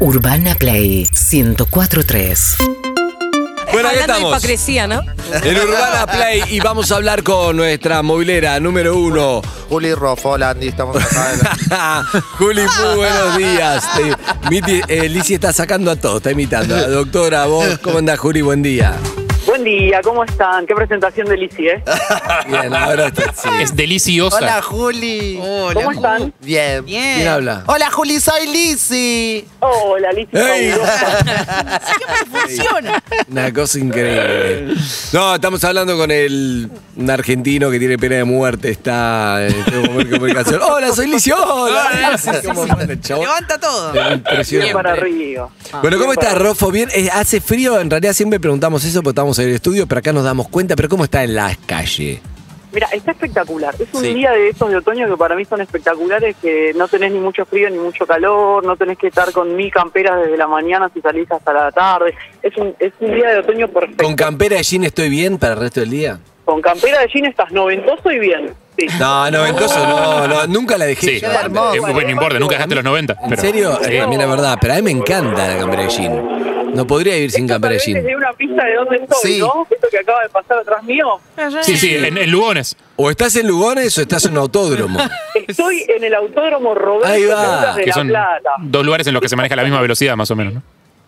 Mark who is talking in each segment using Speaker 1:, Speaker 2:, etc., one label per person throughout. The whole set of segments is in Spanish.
Speaker 1: Urbana Play 1043.
Speaker 2: Bueno, acá
Speaker 3: Hablando de
Speaker 2: estamos.
Speaker 3: hipocresía, ¿no?
Speaker 2: En Urbana Play y vamos a hablar con nuestra movilera número uno.
Speaker 4: Juli Rofolandi, estamos acá. en la-
Speaker 2: Juli, muy buenos días. Eh, Miti, eh, Lizzy está sacando a todos, está imitando. La doctora, vos, ¿cómo andás, Juli? Buen día.
Speaker 5: Buen día, ¿cómo están? Qué presentación de Lizzy, ¿eh?
Speaker 2: Bien, ahora está. sí.
Speaker 6: Es deliciosa.
Speaker 4: Hola, Juli.
Speaker 5: ¿Cómo están?
Speaker 4: Bien.
Speaker 2: ¿Quién habla?
Speaker 4: Hola, Juli, soy Lizzy.
Speaker 5: Hola, Lizzy.
Speaker 2: ¡Ey!
Speaker 3: Funciona.
Speaker 2: Una cosa increíble. No, estamos hablando con el un argentino que tiene pena de muerte. Está en este momento de comunicación. Hola, soy Lizzy. Hola. ¿Cómo anda el chabón?
Speaker 3: Levanta todo.
Speaker 2: Impresionante.
Speaker 5: Bien para arriba.
Speaker 2: Bueno, ¿cómo
Speaker 5: Ah. Bien
Speaker 2: estás,
Speaker 5: para-
Speaker 2: Rofo? Bien, Eh, hace frío, en realidad siempre preguntamos eso porque estamos en el estudio, pero acá nos damos cuenta, pero ¿cómo está en la calle?
Speaker 5: Mira, está espectacular. Es un
Speaker 2: Sí.
Speaker 5: día de estos de otoño que para mí son espectaculares, que no tenés ni mucho frío ni mucho calor, no tenés que estar con mi campera desde la mañana si salís hasta la tarde. Es un, es un día de otoño perfecto.
Speaker 2: ¿Con campera de jean estoy bien para el resto del día?
Speaker 5: Con campera de jean estás noventoso y bien. Sí.
Speaker 2: No, noventoso no, no, nunca la dejé.
Speaker 6: Sí.
Speaker 2: yo.
Speaker 6: Eh, bueno, no importa, nunca dejaste los 90.
Speaker 2: ¿En
Speaker 6: pero-
Speaker 2: serio?
Speaker 6: Sí.
Speaker 2: También es verdad, pero a mí me encanta la campera de jean. No podría vivir sin
Speaker 5: Esto
Speaker 2: campera de
Speaker 5: tal vez les dé
Speaker 2: jean.
Speaker 5: una pista de dónde estoy,
Speaker 4: Sí.
Speaker 5: ¿no? Esto que acaba de pasar atrás mío.
Speaker 6: Sí, sí, en, en Lugones.
Speaker 2: O estás en Lugones o estás en un autódromo.
Speaker 5: Estoy en el Autódromo
Speaker 2: Ahí
Speaker 5: Roberto
Speaker 2: va.
Speaker 5: Carlos de
Speaker 6: Que
Speaker 5: La
Speaker 6: son
Speaker 5: Plata.
Speaker 6: dos lugares en los que se maneja la misma velocidad, más o menos. ¿no?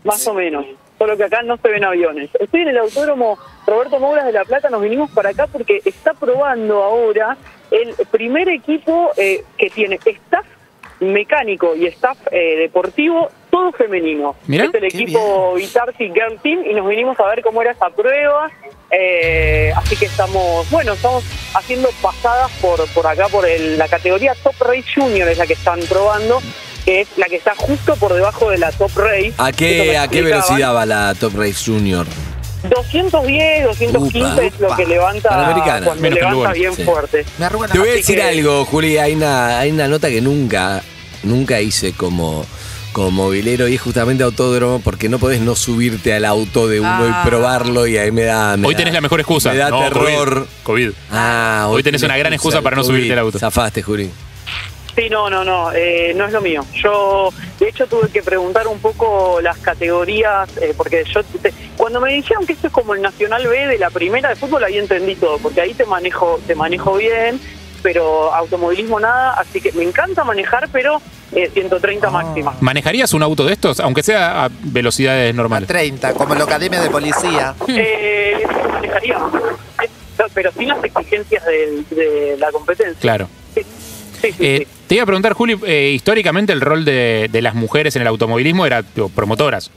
Speaker 5: Más o menos. Solo que acá no se ven aviones. Estoy en el autódromo Roberto Mouras de La Plata. Nos vinimos para acá porque está probando ahora el primer equipo eh, que tiene staff mecánico y staff eh, deportivo, todo femenino.
Speaker 6: Mirá,
Speaker 5: es el
Speaker 4: qué
Speaker 5: equipo Vitarsi Girl Team y nos vinimos a ver cómo era esa prueba. Eh, así que estamos, bueno, estamos haciendo pasadas por, por acá, por el- la categoría Top Race Junior es la que están probando, que es la que está justo por debajo de la Top Race.
Speaker 2: ¿A
Speaker 5: Eso
Speaker 2: qué,
Speaker 5: me
Speaker 2: ¿A qué
Speaker 5: explicaban.
Speaker 2: velocidad va la Top Race Junior?
Speaker 5: 210, 215
Speaker 2: Upa,
Speaker 5: es lo
Speaker 2: upa.
Speaker 5: que levanta
Speaker 2: Panamericana.
Speaker 5: cuando
Speaker 6: Menos que el
Speaker 5: levanta
Speaker 6: Lugones,
Speaker 5: bien
Speaker 2: sí.
Speaker 5: fuerte.
Speaker 4: Me arrugan
Speaker 2: Te voy a
Speaker 5: Así
Speaker 2: decir
Speaker 5: que-
Speaker 2: algo, Juli. Hay una, hay una nota que nunca, nunca hice como, como movilero y es justamente autódromo porque no podés no subirte al auto de uno
Speaker 5: Ah.
Speaker 2: y probarla y ahí me da. me
Speaker 6: Hoy
Speaker 2: da-
Speaker 6: tenés la mejor excusa.
Speaker 2: Me da
Speaker 6: No,
Speaker 2: terror.
Speaker 6: COVID. COVID.
Speaker 2: Ah,
Speaker 6: Hoy tenés una gran excusa para no
Speaker 2: Juli.
Speaker 6: subirte al auto.
Speaker 2: Zafaste, Juli.
Speaker 5: Sí, no, no, no, eh, no es lo mío. Yo, de hecho, tuve que preguntar un poco las categorías, eh, porque yo, te- cuando me dijeron que esto es como el Nacional B de la primera de fútbol, ahí entendí todo, porque ahí te manejo, te manejo bien, pero automovilismo nada, así que me encanta manejar, pero eh,
Speaker 2: Ah.
Speaker 5: 130 máxima.
Speaker 6: ¿Manejarías un auto de estos, aunque sea a velocidades
Speaker 4: A
Speaker 6: normales?
Speaker 4: 30, como en la academia de policía.
Speaker 5: Eh, eso manejaría, Eh, pero sin las exigencias del- de la competencia.
Speaker 6: Claro.
Speaker 5: Sí, sí, sí,
Speaker 6: Eh,
Speaker 5: sí.
Speaker 6: te iba a preguntar, Juli, eh, históricamente el rol de, de las mujeres en el automovilismo era tipo, promotoras.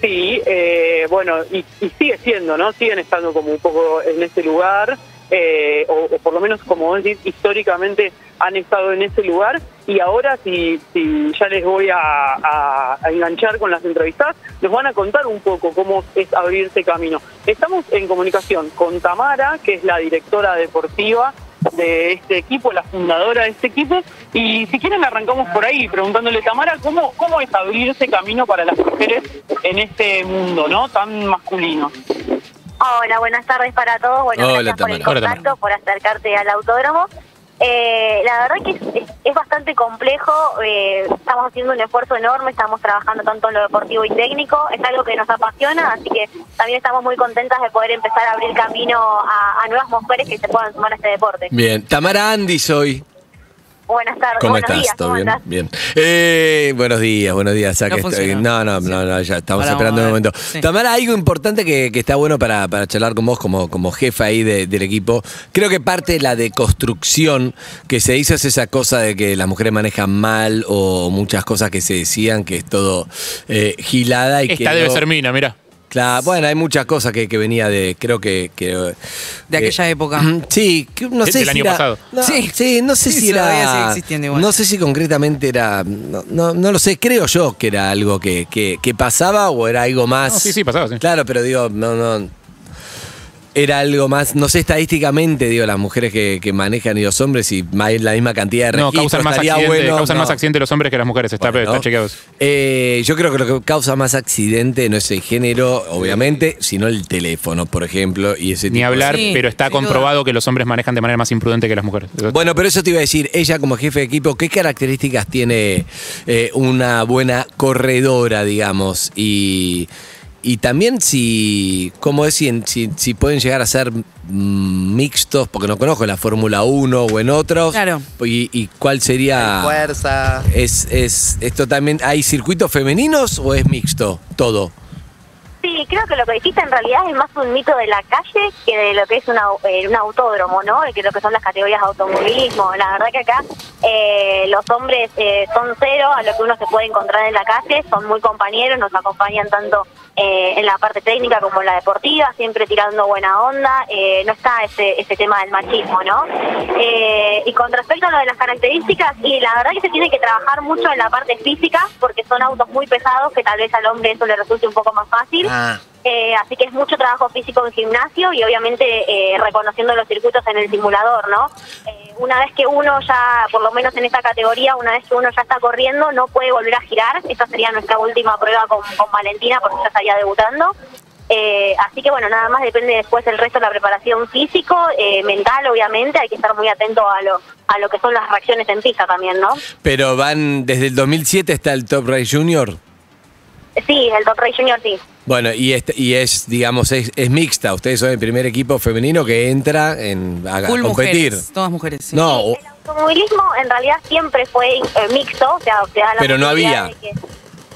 Speaker 5: Sí, eh, bueno, y, y sigue siendo, ¿no? Siguen estando como un poco en ese lugar, eh, o, o por lo menos, como vos decís, históricamente han estado en ese lugar, y ahora, si, si ya les voy a, a- a enganchar con las entrevistas, nos van a contar un poco cómo es abrirse camino. Estamos en comunicación con Tamara, que es la directora deportiva de este equipo, la fundadora de este equipo, y si quieren arrancamos por ahí preguntándole, Tamara, ¿cómo, cómo es abrirse camino para las mujeres en este mundo no tan masculino?
Speaker 7: Hola, buenas tardes para todos. Bueno,
Speaker 2: Hola,
Speaker 7: gracias por el
Speaker 2: Tamara.
Speaker 6: Hola, Tamara.
Speaker 7: contacto, por acercarte al autódromo. Eh, la verdad que es, es- es bastante complejo. eh, estamos haciendo un esfuerzo enorme, estamos trabajando tanto en lo deportivo y técnico. Es algo que nos apasiona, así que también estamos muy contentas de poder empezar a abrir camino a, a nuevas mujeres que se puedan sumar a este deporte.
Speaker 2: Bien. Tamara Andy soy.
Speaker 7: Buenas tardes,
Speaker 2: ¿Cómo
Speaker 7: buenos
Speaker 2: estás?
Speaker 7: días,
Speaker 2: ¿Todo
Speaker 7: ¿cómo
Speaker 2: bien?
Speaker 7: andás?
Speaker 2: Bien. Eh, buenos días, buenos días. ya
Speaker 3: No
Speaker 2: que estoy-
Speaker 3: funcionó.
Speaker 2: no, no, no, no, ya estamos
Speaker 3: Ahora
Speaker 2: esperando un
Speaker 3: vamos a
Speaker 2: momento.
Speaker 3: ver, sí.
Speaker 2: Tamara, algo importante que, que está bueno para, para charlar con vos como, como jefa ahí de- del equipo. Creo que parte de la deconstrucción que se hizo es esa cosa de que las mujeres manejan mal o muchas cosas que se decían que es todo eh, gilada y que
Speaker 6: Esta debe
Speaker 2: no-
Speaker 6: ser mina, mirá.
Speaker 2: Claro, bueno, hay muchas cosas que, que venía de, creo que... que-
Speaker 3: De aquella
Speaker 2: que-
Speaker 3: época.
Speaker 2: Sí, que no
Speaker 6: De-
Speaker 2: sé
Speaker 6: del
Speaker 2: si
Speaker 6: año
Speaker 2: era-
Speaker 6: pasado.
Speaker 2: no, sí.
Speaker 3: Sí.
Speaker 2: no sé
Speaker 3: Sí,
Speaker 2: si
Speaker 3: todavía sigue
Speaker 2: era...
Speaker 3: existiendo igual.
Speaker 2: No sé si concretamente era... No, no- no lo sé, creo yo que era algo que, que- que pasaba o era algo más...
Speaker 6: No, sí, sí, pasaba, sí.
Speaker 2: Claro, pero digo, no, no... era algo más, no sé estadísticamente, digo, las mujeres que, que manejan y los hombres, y hay la misma cantidad de
Speaker 6: No,
Speaker 2: registros,
Speaker 6: causan, más
Speaker 2: estaría
Speaker 6: accidentes,
Speaker 2: bueno,
Speaker 6: causan
Speaker 2: no.
Speaker 6: más accidentes los hombres que las mujeres. Está,
Speaker 2: Bueno,
Speaker 6: está chequeado eso.
Speaker 2: eh, yo creo que lo que causa más accidente no es el género, obviamente, sino el teléfono, por ejemplo, y ese Este tipo
Speaker 6: Ni
Speaker 2: de-
Speaker 6: hablar,
Speaker 3: Sí,
Speaker 6: pero está
Speaker 3: sin duda.
Speaker 6: comprobado que los hombres manejan de manera más imprudente que las mujeres.
Speaker 2: Bueno, pero eso te iba a decir, ella como jefe de equipo, ¿qué características tiene eh, una buena corredora, digamos? Y, y también si, ¿cómo es? Si, en- si- si pueden llegar a ser mm, mixtos, porque no conozco en la Fórmula 1 o en otros.
Speaker 3: Claro.
Speaker 2: Y, y cuál sería...
Speaker 4: Fuerza.
Speaker 2: Es, es, ¿Esto también hay circuitos femeninos o es mixto todo?
Speaker 7: Sí, creo que lo que dijiste en realidad es más un mito de la calle que de lo que es una- eh, un autódromo, ¿no? Que lo que son las categorías de automovilismo. La verdad que acá eh, los hombres eh, son cero a lo que uno se puede encontrar en la calle, son muy compañeros, nos acompañan tanto eh, en la parte técnica como en la deportiva, siempre tirando buena onda, eh, no está ese, ese tema del machismo, ¿no? Eh, y con respecto a lo de las características, y la verdad que se tiene que trabajar mucho en la parte física, porque son autos muy pesados que tal vez al hombre eso le resulte un poco más fácil.
Speaker 4: Ah.
Speaker 7: Eh, así que es mucho trabajo físico en gimnasio y obviamente eh, reconociendo los circuitos en el simulador, ¿no? Eh, una vez que uno ya, por lo menos en esta categoría, una vez que uno ya está corriendo, no puede volver a girar. Esta sería nuestra última prueba con, con Valentina porque ya estaría debutando. Eh, así que bueno, nada más depende después el resto de la preparación físico, eh, mental obviamente, hay que estar muy atento a lo, a lo que son las reacciones en pista también, ¿no?
Speaker 2: Pero van, desde el 2007 está el Top Race Junior.
Speaker 7: Sí, el Top Race Junior sí.
Speaker 2: Bueno, y es, y es digamos, es, es mixta. Ustedes son el primer equipo femenino que entra en, a, a
Speaker 3: Full
Speaker 2: competir.
Speaker 3: mujeres, todas mujeres. sí.
Speaker 2: No, o-
Speaker 7: El automovilismo en realidad siempre fue eh, mixto, o sea, te da la
Speaker 2: Pero no
Speaker 7: posibilidad
Speaker 2: había.
Speaker 7: de que-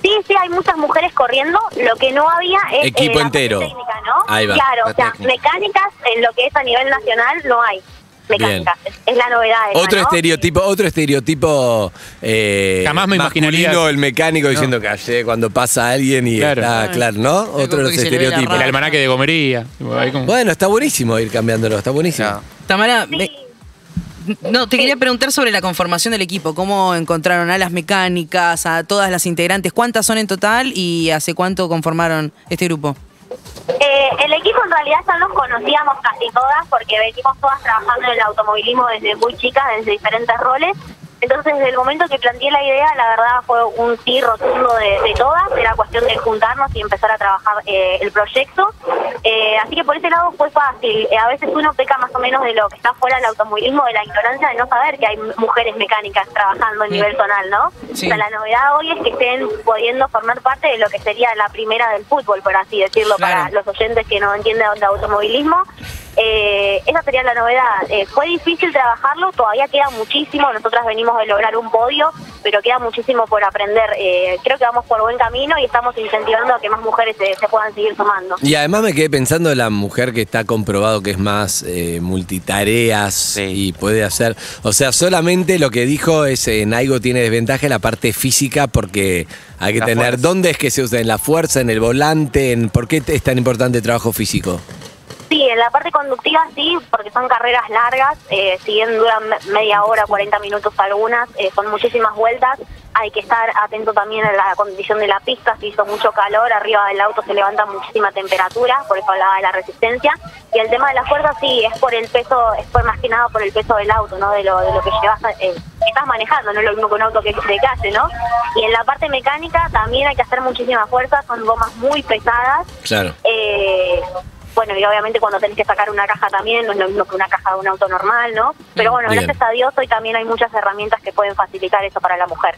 Speaker 7: Sí, sí, hay muchas mujeres corriendo. Lo que no había es eh,
Speaker 2: Equipo
Speaker 7: la parte
Speaker 2: entero.
Speaker 7: técnica, ¿no?
Speaker 2: Ahí va,
Speaker 7: Claro,
Speaker 4: la
Speaker 7: o sea,
Speaker 4: técnica.
Speaker 7: mecánicas en lo que es a nivel nacional no hay mecánicas. Es, es la novedad. esa,
Speaker 2: otro
Speaker 7: ¿no?
Speaker 2: estereotipo, otro estereotipo. eh,
Speaker 6: Jamás me imaginaría
Speaker 2: masculino,
Speaker 6: que-
Speaker 2: el mecánico diciendo que ayer cuando pasa alguien y
Speaker 6: Claro.
Speaker 2: está
Speaker 3: Ay.
Speaker 2: claro, ¿no?
Speaker 3: Me
Speaker 2: Otro de los
Speaker 3: que se le ve la
Speaker 2: estereotipos.
Speaker 6: El
Speaker 3: Ah.
Speaker 6: almanaque de gomería. hay como-
Speaker 2: Bueno, está buenísimo ir cambiándolo, está buenísimo.
Speaker 4: Ya.
Speaker 3: Tamara,
Speaker 7: Sí.
Speaker 3: me- no, te quería preguntar sobre la conformación del equipo. ¿Cómo encontraron a las mecánicas, a todas las integrantes? ¿Cuántas son en total y hace cuánto conformaron este grupo?
Speaker 7: Eh, el equipo en realidad ya nos conocíamos casi todas porque venimos todas trabajando en el automovilismo desde muy chicas, desde diferentes roles. Entonces, desde el momento que planteé la idea, la verdad fue un sí rotundo de, de todas. Era cuestión de juntarnos y empezar a trabajar eh, el proyecto. Eh, así que por ese lado fue fácil. Eh, a veces uno peca más o menos de lo que está fuera del automovilismo, de la ignorancia de no saber que hay m- mujeres mecánicas trabajando en
Speaker 3: Mm.
Speaker 7: nivel zonal, ¿no?
Speaker 3: Sí.
Speaker 7: O sea, la novedad hoy es que estén pudiendo formar parte de lo que sería la primera del fútbol, por así decirlo, para
Speaker 3: Claro.
Speaker 7: los oyentes que no entienden de automovilismo. Eh, esa sería la novedad. Eh, fue difícil trabajarlo, todavía queda muchísimo. Nosotras venimos de lograr un podio, pero queda muchísimo por aprender. Eh, creo que vamos por buen camino y estamos incentivando a que más mujeres se, se puedan seguir sumando.
Speaker 2: Y además me quedé pensando en la mujer que está comprobado que es más eh, multitareas y puede hacer. O sea, solamente lo que dijo es eh, en algo tiene desventaja la parte física porque hay que
Speaker 4: La
Speaker 2: tener.
Speaker 4: fuerza.
Speaker 2: ¿Dónde es que se usa? ¿En la fuerza? ¿En el volante? En, ¿Por qué es tan importante el trabajo físico?
Speaker 7: Sí, en la parte conductiva sí, porque son carreras largas, eh, si bien duran me- media hora, 40 minutos algunas, eh, son muchísimas vueltas, hay que estar atento también a la condición de la pista, si hizo mucho calor, arriba del auto se levanta muchísima temperatura, por eso hablaba de la resistencia, y el tema de la fuerza sí, es por el peso, es por más que nada por el peso del auto, ¿no? De lo, de lo que llevas, eh, que estás manejando, no es lo mismo que un auto que es de calle, ¿no? Y en la parte mecánica también hay que hacer muchísima fuerza, son gomas muy pesadas,
Speaker 2: Claro.
Speaker 7: eh, bueno, y obviamente cuando tenés que sacar una caja también, no es lo mismo que una caja de un auto normal, ¿no? Pero bueno,
Speaker 2: Bien.
Speaker 7: gracias a Dios hoy también hay muchas herramientas que pueden facilitar eso para la mujer.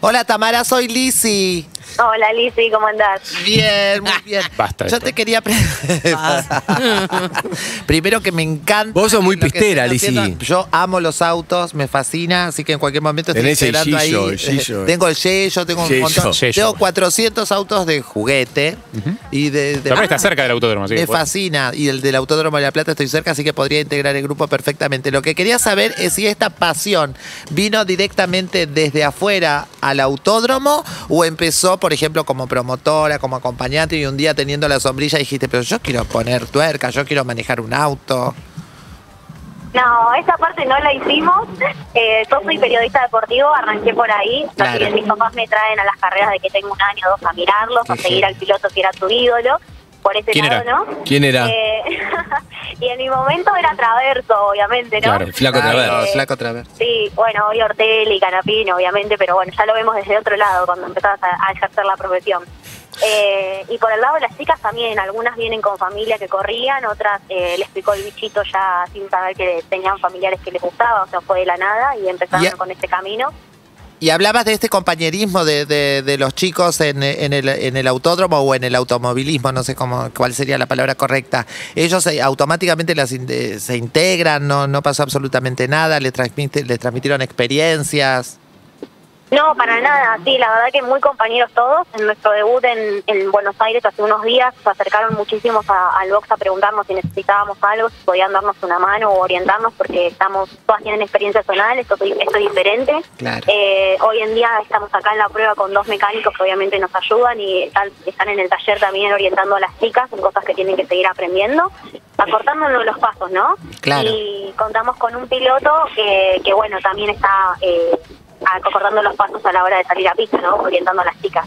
Speaker 4: Hola Tamara, soy Lizzy.
Speaker 7: Hola, Lizzy, ¿cómo andás?
Speaker 4: Bien, muy bien.
Speaker 6: Basta de
Speaker 4: Yo
Speaker 6: esto.
Speaker 4: te quería preguntar. Primero que me encanta.
Speaker 2: Vos sos muy
Speaker 4: lo que
Speaker 2: pistera,
Speaker 4: estoy
Speaker 2: Lizzy.
Speaker 4: haciendo. Yo amo los autos, me fascina, así que en cualquier momento estoy
Speaker 2: Tenés el
Speaker 4: esperando ahí.
Speaker 2: Gillo, el Gillo.
Speaker 4: Tengo el Yello, tengo un
Speaker 2: Gillo.
Speaker 4: montón.
Speaker 6: Gillo.
Speaker 4: Tengo 400 autos de juguete y de, de- Ah,
Speaker 6: También está cerca del autódromo, así que
Speaker 4: me
Speaker 6: puede-
Speaker 4: fascina y el del Autódromo de la Plata estoy cerca, así que podría integrar el grupo perfectamente. Lo que quería saber es si esta pasión vino directamente desde afuera al autódromo o empezó, por ejemplo, como promotora, como acompañante y un día teniendo la sombrilla dijiste, pero yo quiero poner tuerca, yo quiero manejar un auto.
Speaker 7: No, esa parte no la hicimos. Eh, yo soy periodista deportivo, arranqué por ahí.
Speaker 4: Claro.
Speaker 7: También mis papás me traen a las carreras de que tengo un año o dos a mirarlos, a seguir al piloto que era tu ídolo. por ese
Speaker 6: ¿Quién
Speaker 7: lado,
Speaker 6: era?
Speaker 7: ¿no?
Speaker 2: ¿Quién era?
Speaker 7: Eh, y en mi momento era Traverso, obviamente, ¿no?
Speaker 6: Claro,
Speaker 2: el flaco
Speaker 4: Ah,
Speaker 2: Traverso.
Speaker 4: no, flaco Traverso.
Speaker 7: Sí, bueno, hoy Ortel y Canapino, obviamente, pero bueno, ya lo vemos desde otro lado cuando empezás a, a ejercer la profesión. Eh, y por el lado de las chicas también, algunas vienen con familia que corrían, otras eh, les picó el bichito ya sin saber que tenían familiares que les gustaba, o sea, fue de la nada y empezaron
Speaker 4: Y a-
Speaker 7: con este camino.
Speaker 4: Y hablabas de este compañerismo de, de- de los chicos en, en el, en el autódromo o en el automovilismo, no sé cómo, cuál sería la palabra correcta. Ellos eh, automáticamente las in- eh, se integran, no, no pasó absolutamente nada, les, transmite, les transmitieron experiencias.
Speaker 7: No, para nada, sí, la verdad que muy compañeros todos. En nuestro debut en, en Buenos Aires hace unos días se acercaron muchísimos a- al box a preguntarnos si necesitábamos algo, si podían darnos una mano o orientarnos, porque estamos todas tienen experiencia zonal, esto, esto es diferente.
Speaker 4: Claro.
Speaker 7: Eh, hoy en día estamos acá en la prueba con dos mecánicos que obviamente nos ayudan y están, están en el taller también orientando a las chicas en cosas que tienen que seguir aprendiendo, acortándonos los pasos, ¿no?
Speaker 4: Claro.
Speaker 7: Y contamos con un piloto que, que bueno, también está eh, acortando los pasos a la hora de salir a pista, ¿no? Orientando a las chicas.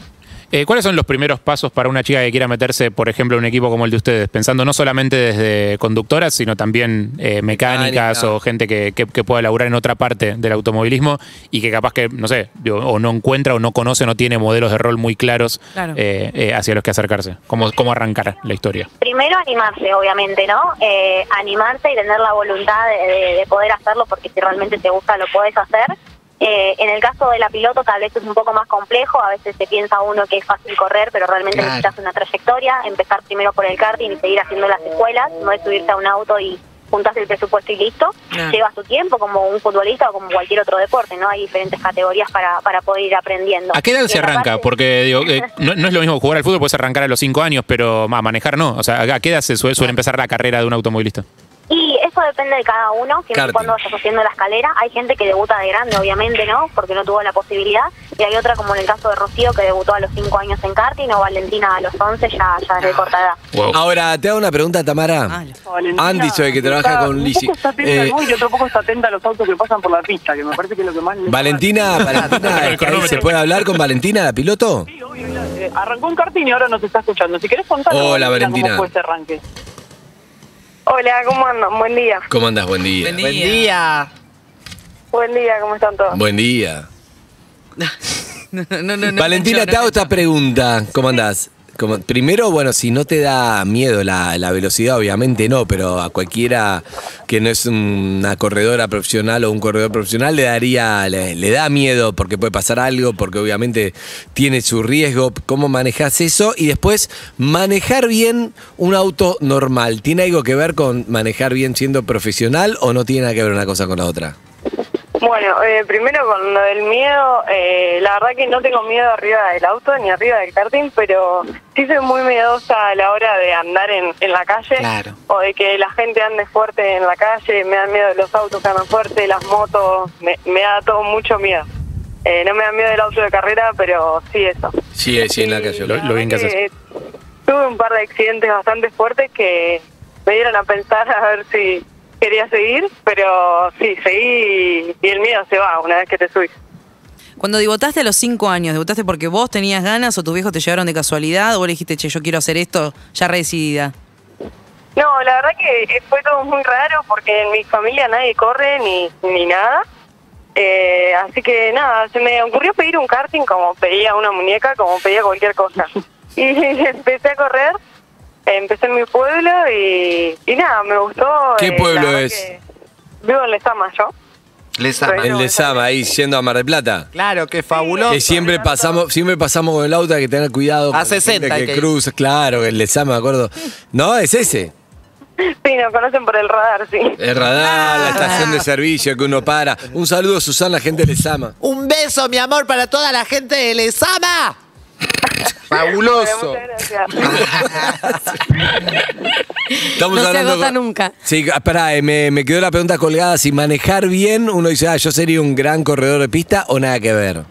Speaker 6: Eh, ¿Cuáles son los primeros pasos para una chica que quiera meterse, por ejemplo, en un equipo como el de ustedes? Pensando no solamente desde conductoras, sino también eh, mecánicas
Speaker 2: Mecánica.
Speaker 6: o gente que, que- que pueda laburar en otra parte del automovilismo y que capaz que, no sé, digo, o no encuentra o no conoce, no tiene modelos de rol muy claros
Speaker 3: Claro.
Speaker 6: eh, eh, hacia los que acercarse. ¿Cómo, ¿Cómo arrancar la historia?
Speaker 7: Primero animarse, obviamente, ¿no? Eh, animarse y tener la voluntad de, de- de poder hacerlo, porque si realmente te gusta lo puedes hacer. Eh, en el caso de la piloto tal vez es un poco más complejo, a veces se piensa uno que es fácil correr, pero realmente
Speaker 4: Claro.
Speaker 7: necesitas una trayectoria, empezar primero por el karting y seguir haciendo las escuelas, no es subirte a un auto y juntas el presupuesto y listo.
Speaker 3: Claro.
Speaker 7: Lleva su tiempo como un futbolista o como cualquier otro deporte, ¿no? Hay diferentes categorías para, para poder ir aprendiendo.
Speaker 6: ¿A qué edad
Speaker 7: Y
Speaker 6: se
Speaker 7: en la
Speaker 6: arranca?
Speaker 7: parte-
Speaker 6: Porque digo, eh, no, no es lo mismo jugar al fútbol, puedes arrancar a los 5 años, pero a manejar no. O sea, ¿a qué edad se suele, suele empezar la carrera de un automovilista?
Speaker 7: Y eso depende de cada uno, siempre
Speaker 2: Karting.
Speaker 7: y cuando vayas haciendo la escalera. Hay gente que debuta de grande, obviamente, ¿no? Porque no tuvo la posibilidad. Y hay otra, como en el caso de Rocío, que debutó a los 5 años en karting, o Valentina a los 11, ya, ya desde corta edad.
Speaker 2: Ahora, te hago una pregunta, Tamara.
Speaker 3: Ah, la-
Speaker 8: Valentina,
Speaker 2: Andy soy el que trabaja
Speaker 8: está-
Speaker 2: con
Speaker 8: Un
Speaker 2: Lizzy.
Speaker 8: poco está atenta
Speaker 2: Eh,
Speaker 8: al móvil y otro poco está atenta a los autos que pasan por la pista, que me parece que es lo que más... le-
Speaker 2: Valentina, Valentina,
Speaker 6: el cronómetro.
Speaker 2: ¿se puede hablar con Valentina, la piloto?
Speaker 8: Sí, obvio, mira, eh, arrancó en karting y ahora nos está escuchando. Si querés contarnos,
Speaker 2: Hola, Valentina.
Speaker 8: cómo fue este arranque.
Speaker 5: Hola, ¿cómo andan? Buen día.
Speaker 2: ¿Cómo andás? Buen día.
Speaker 3: Buen día.
Speaker 5: Buen día, ¿cómo están todos?
Speaker 2: Buen día.
Speaker 3: No, no, no, no,
Speaker 2: Valentina,
Speaker 3: no,
Speaker 2: te hago
Speaker 3: no,
Speaker 2: esta pregunta. ¿Cómo andás? Como- primero, bueno, si no te da miedo la, la velocidad, obviamente no, pero a cualquiera que no es una corredora profesional o un corredor profesional le daría, le, le da miedo porque puede pasar algo, porque obviamente tiene su riesgo. ¿Cómo manejas eso? Y después, manejar bien un auto normal. ¿Tiene algo que ver con manejar bien siendo profesional o no tiene nada que ver una cosa con la otra?
Speaker 5: Bueno, eh, primero con lo del miedo, eh, la verdad que no tengo miedo arriba del auto ni arriba del karting, pero sí soy muy miedosa a la hora de andar en, en la calle
Speaker 4: Claro.
Speaker 5: o de que la gente ande fuerte en la calle, me da miedo los autos que andan fuerte, las motos, me, me da todo mucho miedo. Eh, no me da miedo el auto de carrera, pero sí eso.
Speaker 2: Sí, eh, sí, en la
Speaker 6: Lo- lo bien que haces.
Speaker 5: Eh, Tuve un par de accidentes bastante fuertes que me dieron a pensar a ver si quería seguir, pero sí, seguí y, y el miedo se va una vez que te subís.
Speaker 3: Cuando debutaste a los 5 años, ¿debutaste porque vos tenías ganas o tus viejos te llevaron de casualidad o vos le dijiste, che, yo quiero hacer esto ya re decidida?
Speaker 5: No, la verdad que eh, fue todo muy raro porque en mi familia nadie corre ni, ni nada. Eh, así que nada, se me ocurrió pedir un karting como pedía una muñeca, como pedía cualquier cosa. Y empecé a correr, empecé en mi pueblo y, y nada, me gustó. eh,
Speaker 2: ¿Qué
Speaker 5: la
Speaker 2: pueblo
Speaker 5: verdad
Speaker 2: es?
Speaker 5: que Vivo en Lezama yo.
Speaker 4: Les
Speaker 5: ama.
Speaker 2: El de Sama, ahí yendo a Mar del Plata.
Speaker 4: Claro, qué fabuloso.
Speaker 2: Que siempre pasamos, siempre pasamos con el auto, hay que tener cuidado. con
Speaker 4: A
Speaker 2: la gente
Speaker 4: 60 hay
Speaker 2: que,
Speaker 4: que ir.
Speaker 2: cruza, claro, el examen, me acuerdo. No, es ese.
Speaker 5: Sí, nos conocen por el radar, sí.
Speaker 2: El radar, la estación de servicio que uno para. Un saludo, Susana, gente del Sama.
Speaker 4: Un beso, mi amor, para toda la gente de Lesama.
Speaker 5: Bueno,
Speaker 4: Fabuloso.
Speaker 5: muchas gracias.
Speaker 2: Estamos
Speaker 9: No se
Speaker 2: hablando
Speaker 9: agota
Speaker 2: con-
Speaker 9: nunca.
Speaker 2: Sí, espera, me, me quedó la pregunta colgada. Si manejar bien, uno dice, ah, yo sería un gran corredor de pista o nada que ver.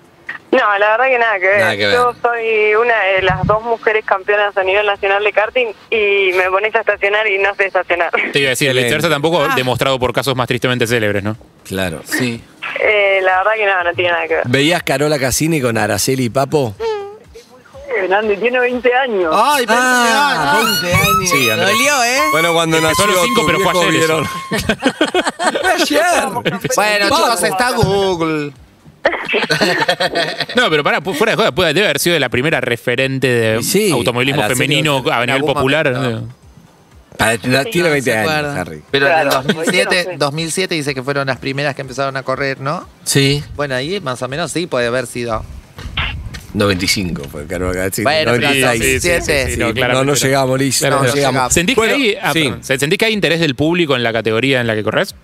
Speaker 5: No, la verdad que nada que ver.
Speaker 2: Nada que ver.
Speaker 5: Yo soy una de las dos mujeres campeonas a nivel nacional de karting y me pones a estacionar y no sé estacionar.
Speaker 6: Te iba a decir, el
Speaker 2: Excelente.
Speaker 6: viceversa tampoco
Speaker 7: Ah.
Speaker 6: demostrado por casos más tristemente célebres, ¿no?
Speaker 2: Claro.
Speaker 4: Sí.
Speaker 5: Eh, la verdad que nada, no tiene nada que ver.
Speaker 2: ¿Veías Carola Cassini con Araceli y Papo?
Speaker 5: joven, Andy, Eh, tiene 20 años.
Speaker 4: ¡Ay,
Speaker 2: Ah,
Speaker 4: pensión!
Speaker 2: 20 años.
Speaker 6: Sí, Andrés.
Speaker 3: Dolió, ¿eh?
Speaker 2: Bueno, cuando
Speaker 6: Empezó
Speaker 2: nació
Speaker 6: a los cinco,
Speaker 2: tu
Speaker 6: pero fue
Speaker 2: viejo
Speaker 6: ayer eso.
Speaker 2: vieron. Fue ayer.
Speaker 4: Bueno, chicos, está Google.
Speaker 6: No, pero pará, pu- fuera de joda, puede, debe haber sido de la primera referente de
Speaker 2: Y sí,
Speaker 6: automovilismo
Speaker 2: a la serie
Speaker 6: femenino
Speaker 2: de-
Speaker 6: a nivel
Speaker 4: algún
Speaker 6: popular.
Speaker 4: momento.
Speaker 2: Para- Tiene
Speaker 3: no
Speaker 2: 20
Speaker 3: se
Speaker 2: años,
Speaker 3: acuerda.
Speaker 2: Harry.
Speaker 4: Pero en el
Speaker 5: Claro,
Speaker 4: 2007,
Speaker 5: no sé.
Speaker 4: 2007 dice que fueron las primeras que empezaron a correr, ¿no?
Speaker 2: Sí.
Speaker 4: Bueno, ahí más o menos sí puede haber sido.
Speaker 2: 95 fue Carol Gazzi.
Speaker 4: Bueno, pero
Speaker 2: 96.
Speaker 4: sí, sí, sí, sí,
Speaker 2: Sí,
Speaker 4: sí,
Speaker 2: no,
Speaker 6: claramente
Speaker 2: no
Speaker 6: era.
Speaker 2: llegamos, Liz.
Speaker 4: Claro,
Speaker 2: no,
Speaker 4: no
Speaker 2: llegamos.
Speaker 4: llegamos.
Speaker 6: ¿Sentís,
Speaker 2: Bueno,
Speaker 6: que hay, ah,
Speaker 2: sí.
Speaker 6: perdón, ¿se- sentís que hay interés del público en la categoría en la que corres?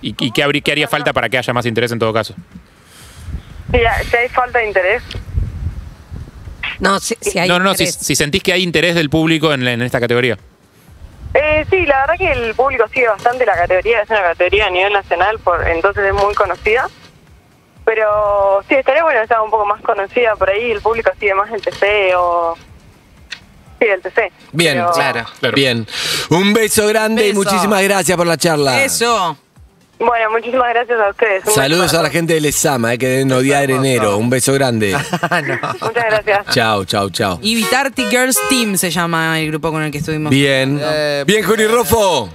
Speaker 6: ¿Y, y qué, habrí- qué haría falta para que haya más interés en todo caso?
Speaker 10: Mira, si hay falta de interés,
Speaker 11: No, si, si hay
Speaker 6: no, no, no, si,
Speaker 11: interés.
Speaker 6: si sentís que hay interés del público en, la- en esta categoría.
Speaker 10: Eh, sí, la verdad que el público sigue bastante la categoría, es una categoría a nivel nacional, por entonces es muy conocida. Pero sí, estaría bueno estar un poco más conocida por ahí, el público sigue más el TC o... Sí, el TC.
Speaker 2: Bien,
Speaker 10: Pero-
Speaker 6: Claro.
Speaker 2: Bien. Un beso grande
Speaker 3: Beso.
Speaker 2: y muchísimas gracias por la charla.
Speaker 3: Eso.
Speaker 10: Bueno, muchísimas gracias a ustedes. Un
Speaker 2: Saludos
Speaker 10: beso.
Speaker 2: a la gente de Lesama, eh, que deben odiar enero. Un beso grande.
Speaker 4: Ah, no.
Speaker 10: Muchas gracias.
Speaker 2: chao, chao, chao.
Speaker 3: Y Vitarti Girls Team se llama el grupo con el que estuvimos.
Speaker 2: Bien.
Speaker 4: Eh,
Speaker 2: Bien, Juli Rofo.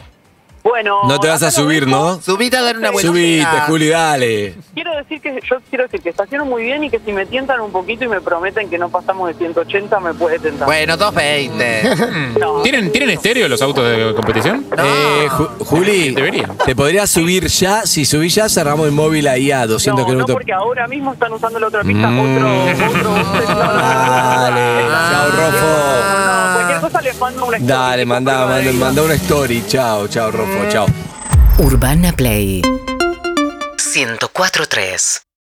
Speaker 5: Bueno,
Speaker 2: No te vas a
Speaker 5: acá lo
Speaker 2: subir,
Speaker 5: mismo.
Speaker 2: ¿no?
Speaker 4: Subite a dar una vuelta.
Speaker 2: Subite, Juli, dale.
Speaker 5: Quiero decir que yo quiero decir que estaciono muy bien y que si me tientan un poquito y me prometen que no pasamos de 180 me puede tentar.
Speaker 4: Bueno, 220.
Speaker 5: No.
Speaker 6: ¿Tienen, ¿Tienen estéreo los autos de competición?
Speaker 2: Eh, Ju- Juli,
Speaker 6: Debería.
Speaker 2: te podrías subir ya. Si subís ya, cerramos el móvil ahí a 200
Speaker 5: no, no,
Speaker 2: kilómetros.
Speaker 5: porque ahora mismo están usando la otra pista,
Speaker 2: Mm.
Speaker 5: otro, otro.
Speaker 2: Dale, chao, Rofo.
Speaker 5: No, cualquier cosa les mando una
Speaker 2: Dale,
Speaker 5: story,
Speaker 2: manda,
Speaker 5: tipo,
Speaker 2: manda,
Speaker 5: ahí. Eh.
Speaker 2: manda una story. Chao, chao, Rofo, chao.
Speaker 1: Urbana Play 104.3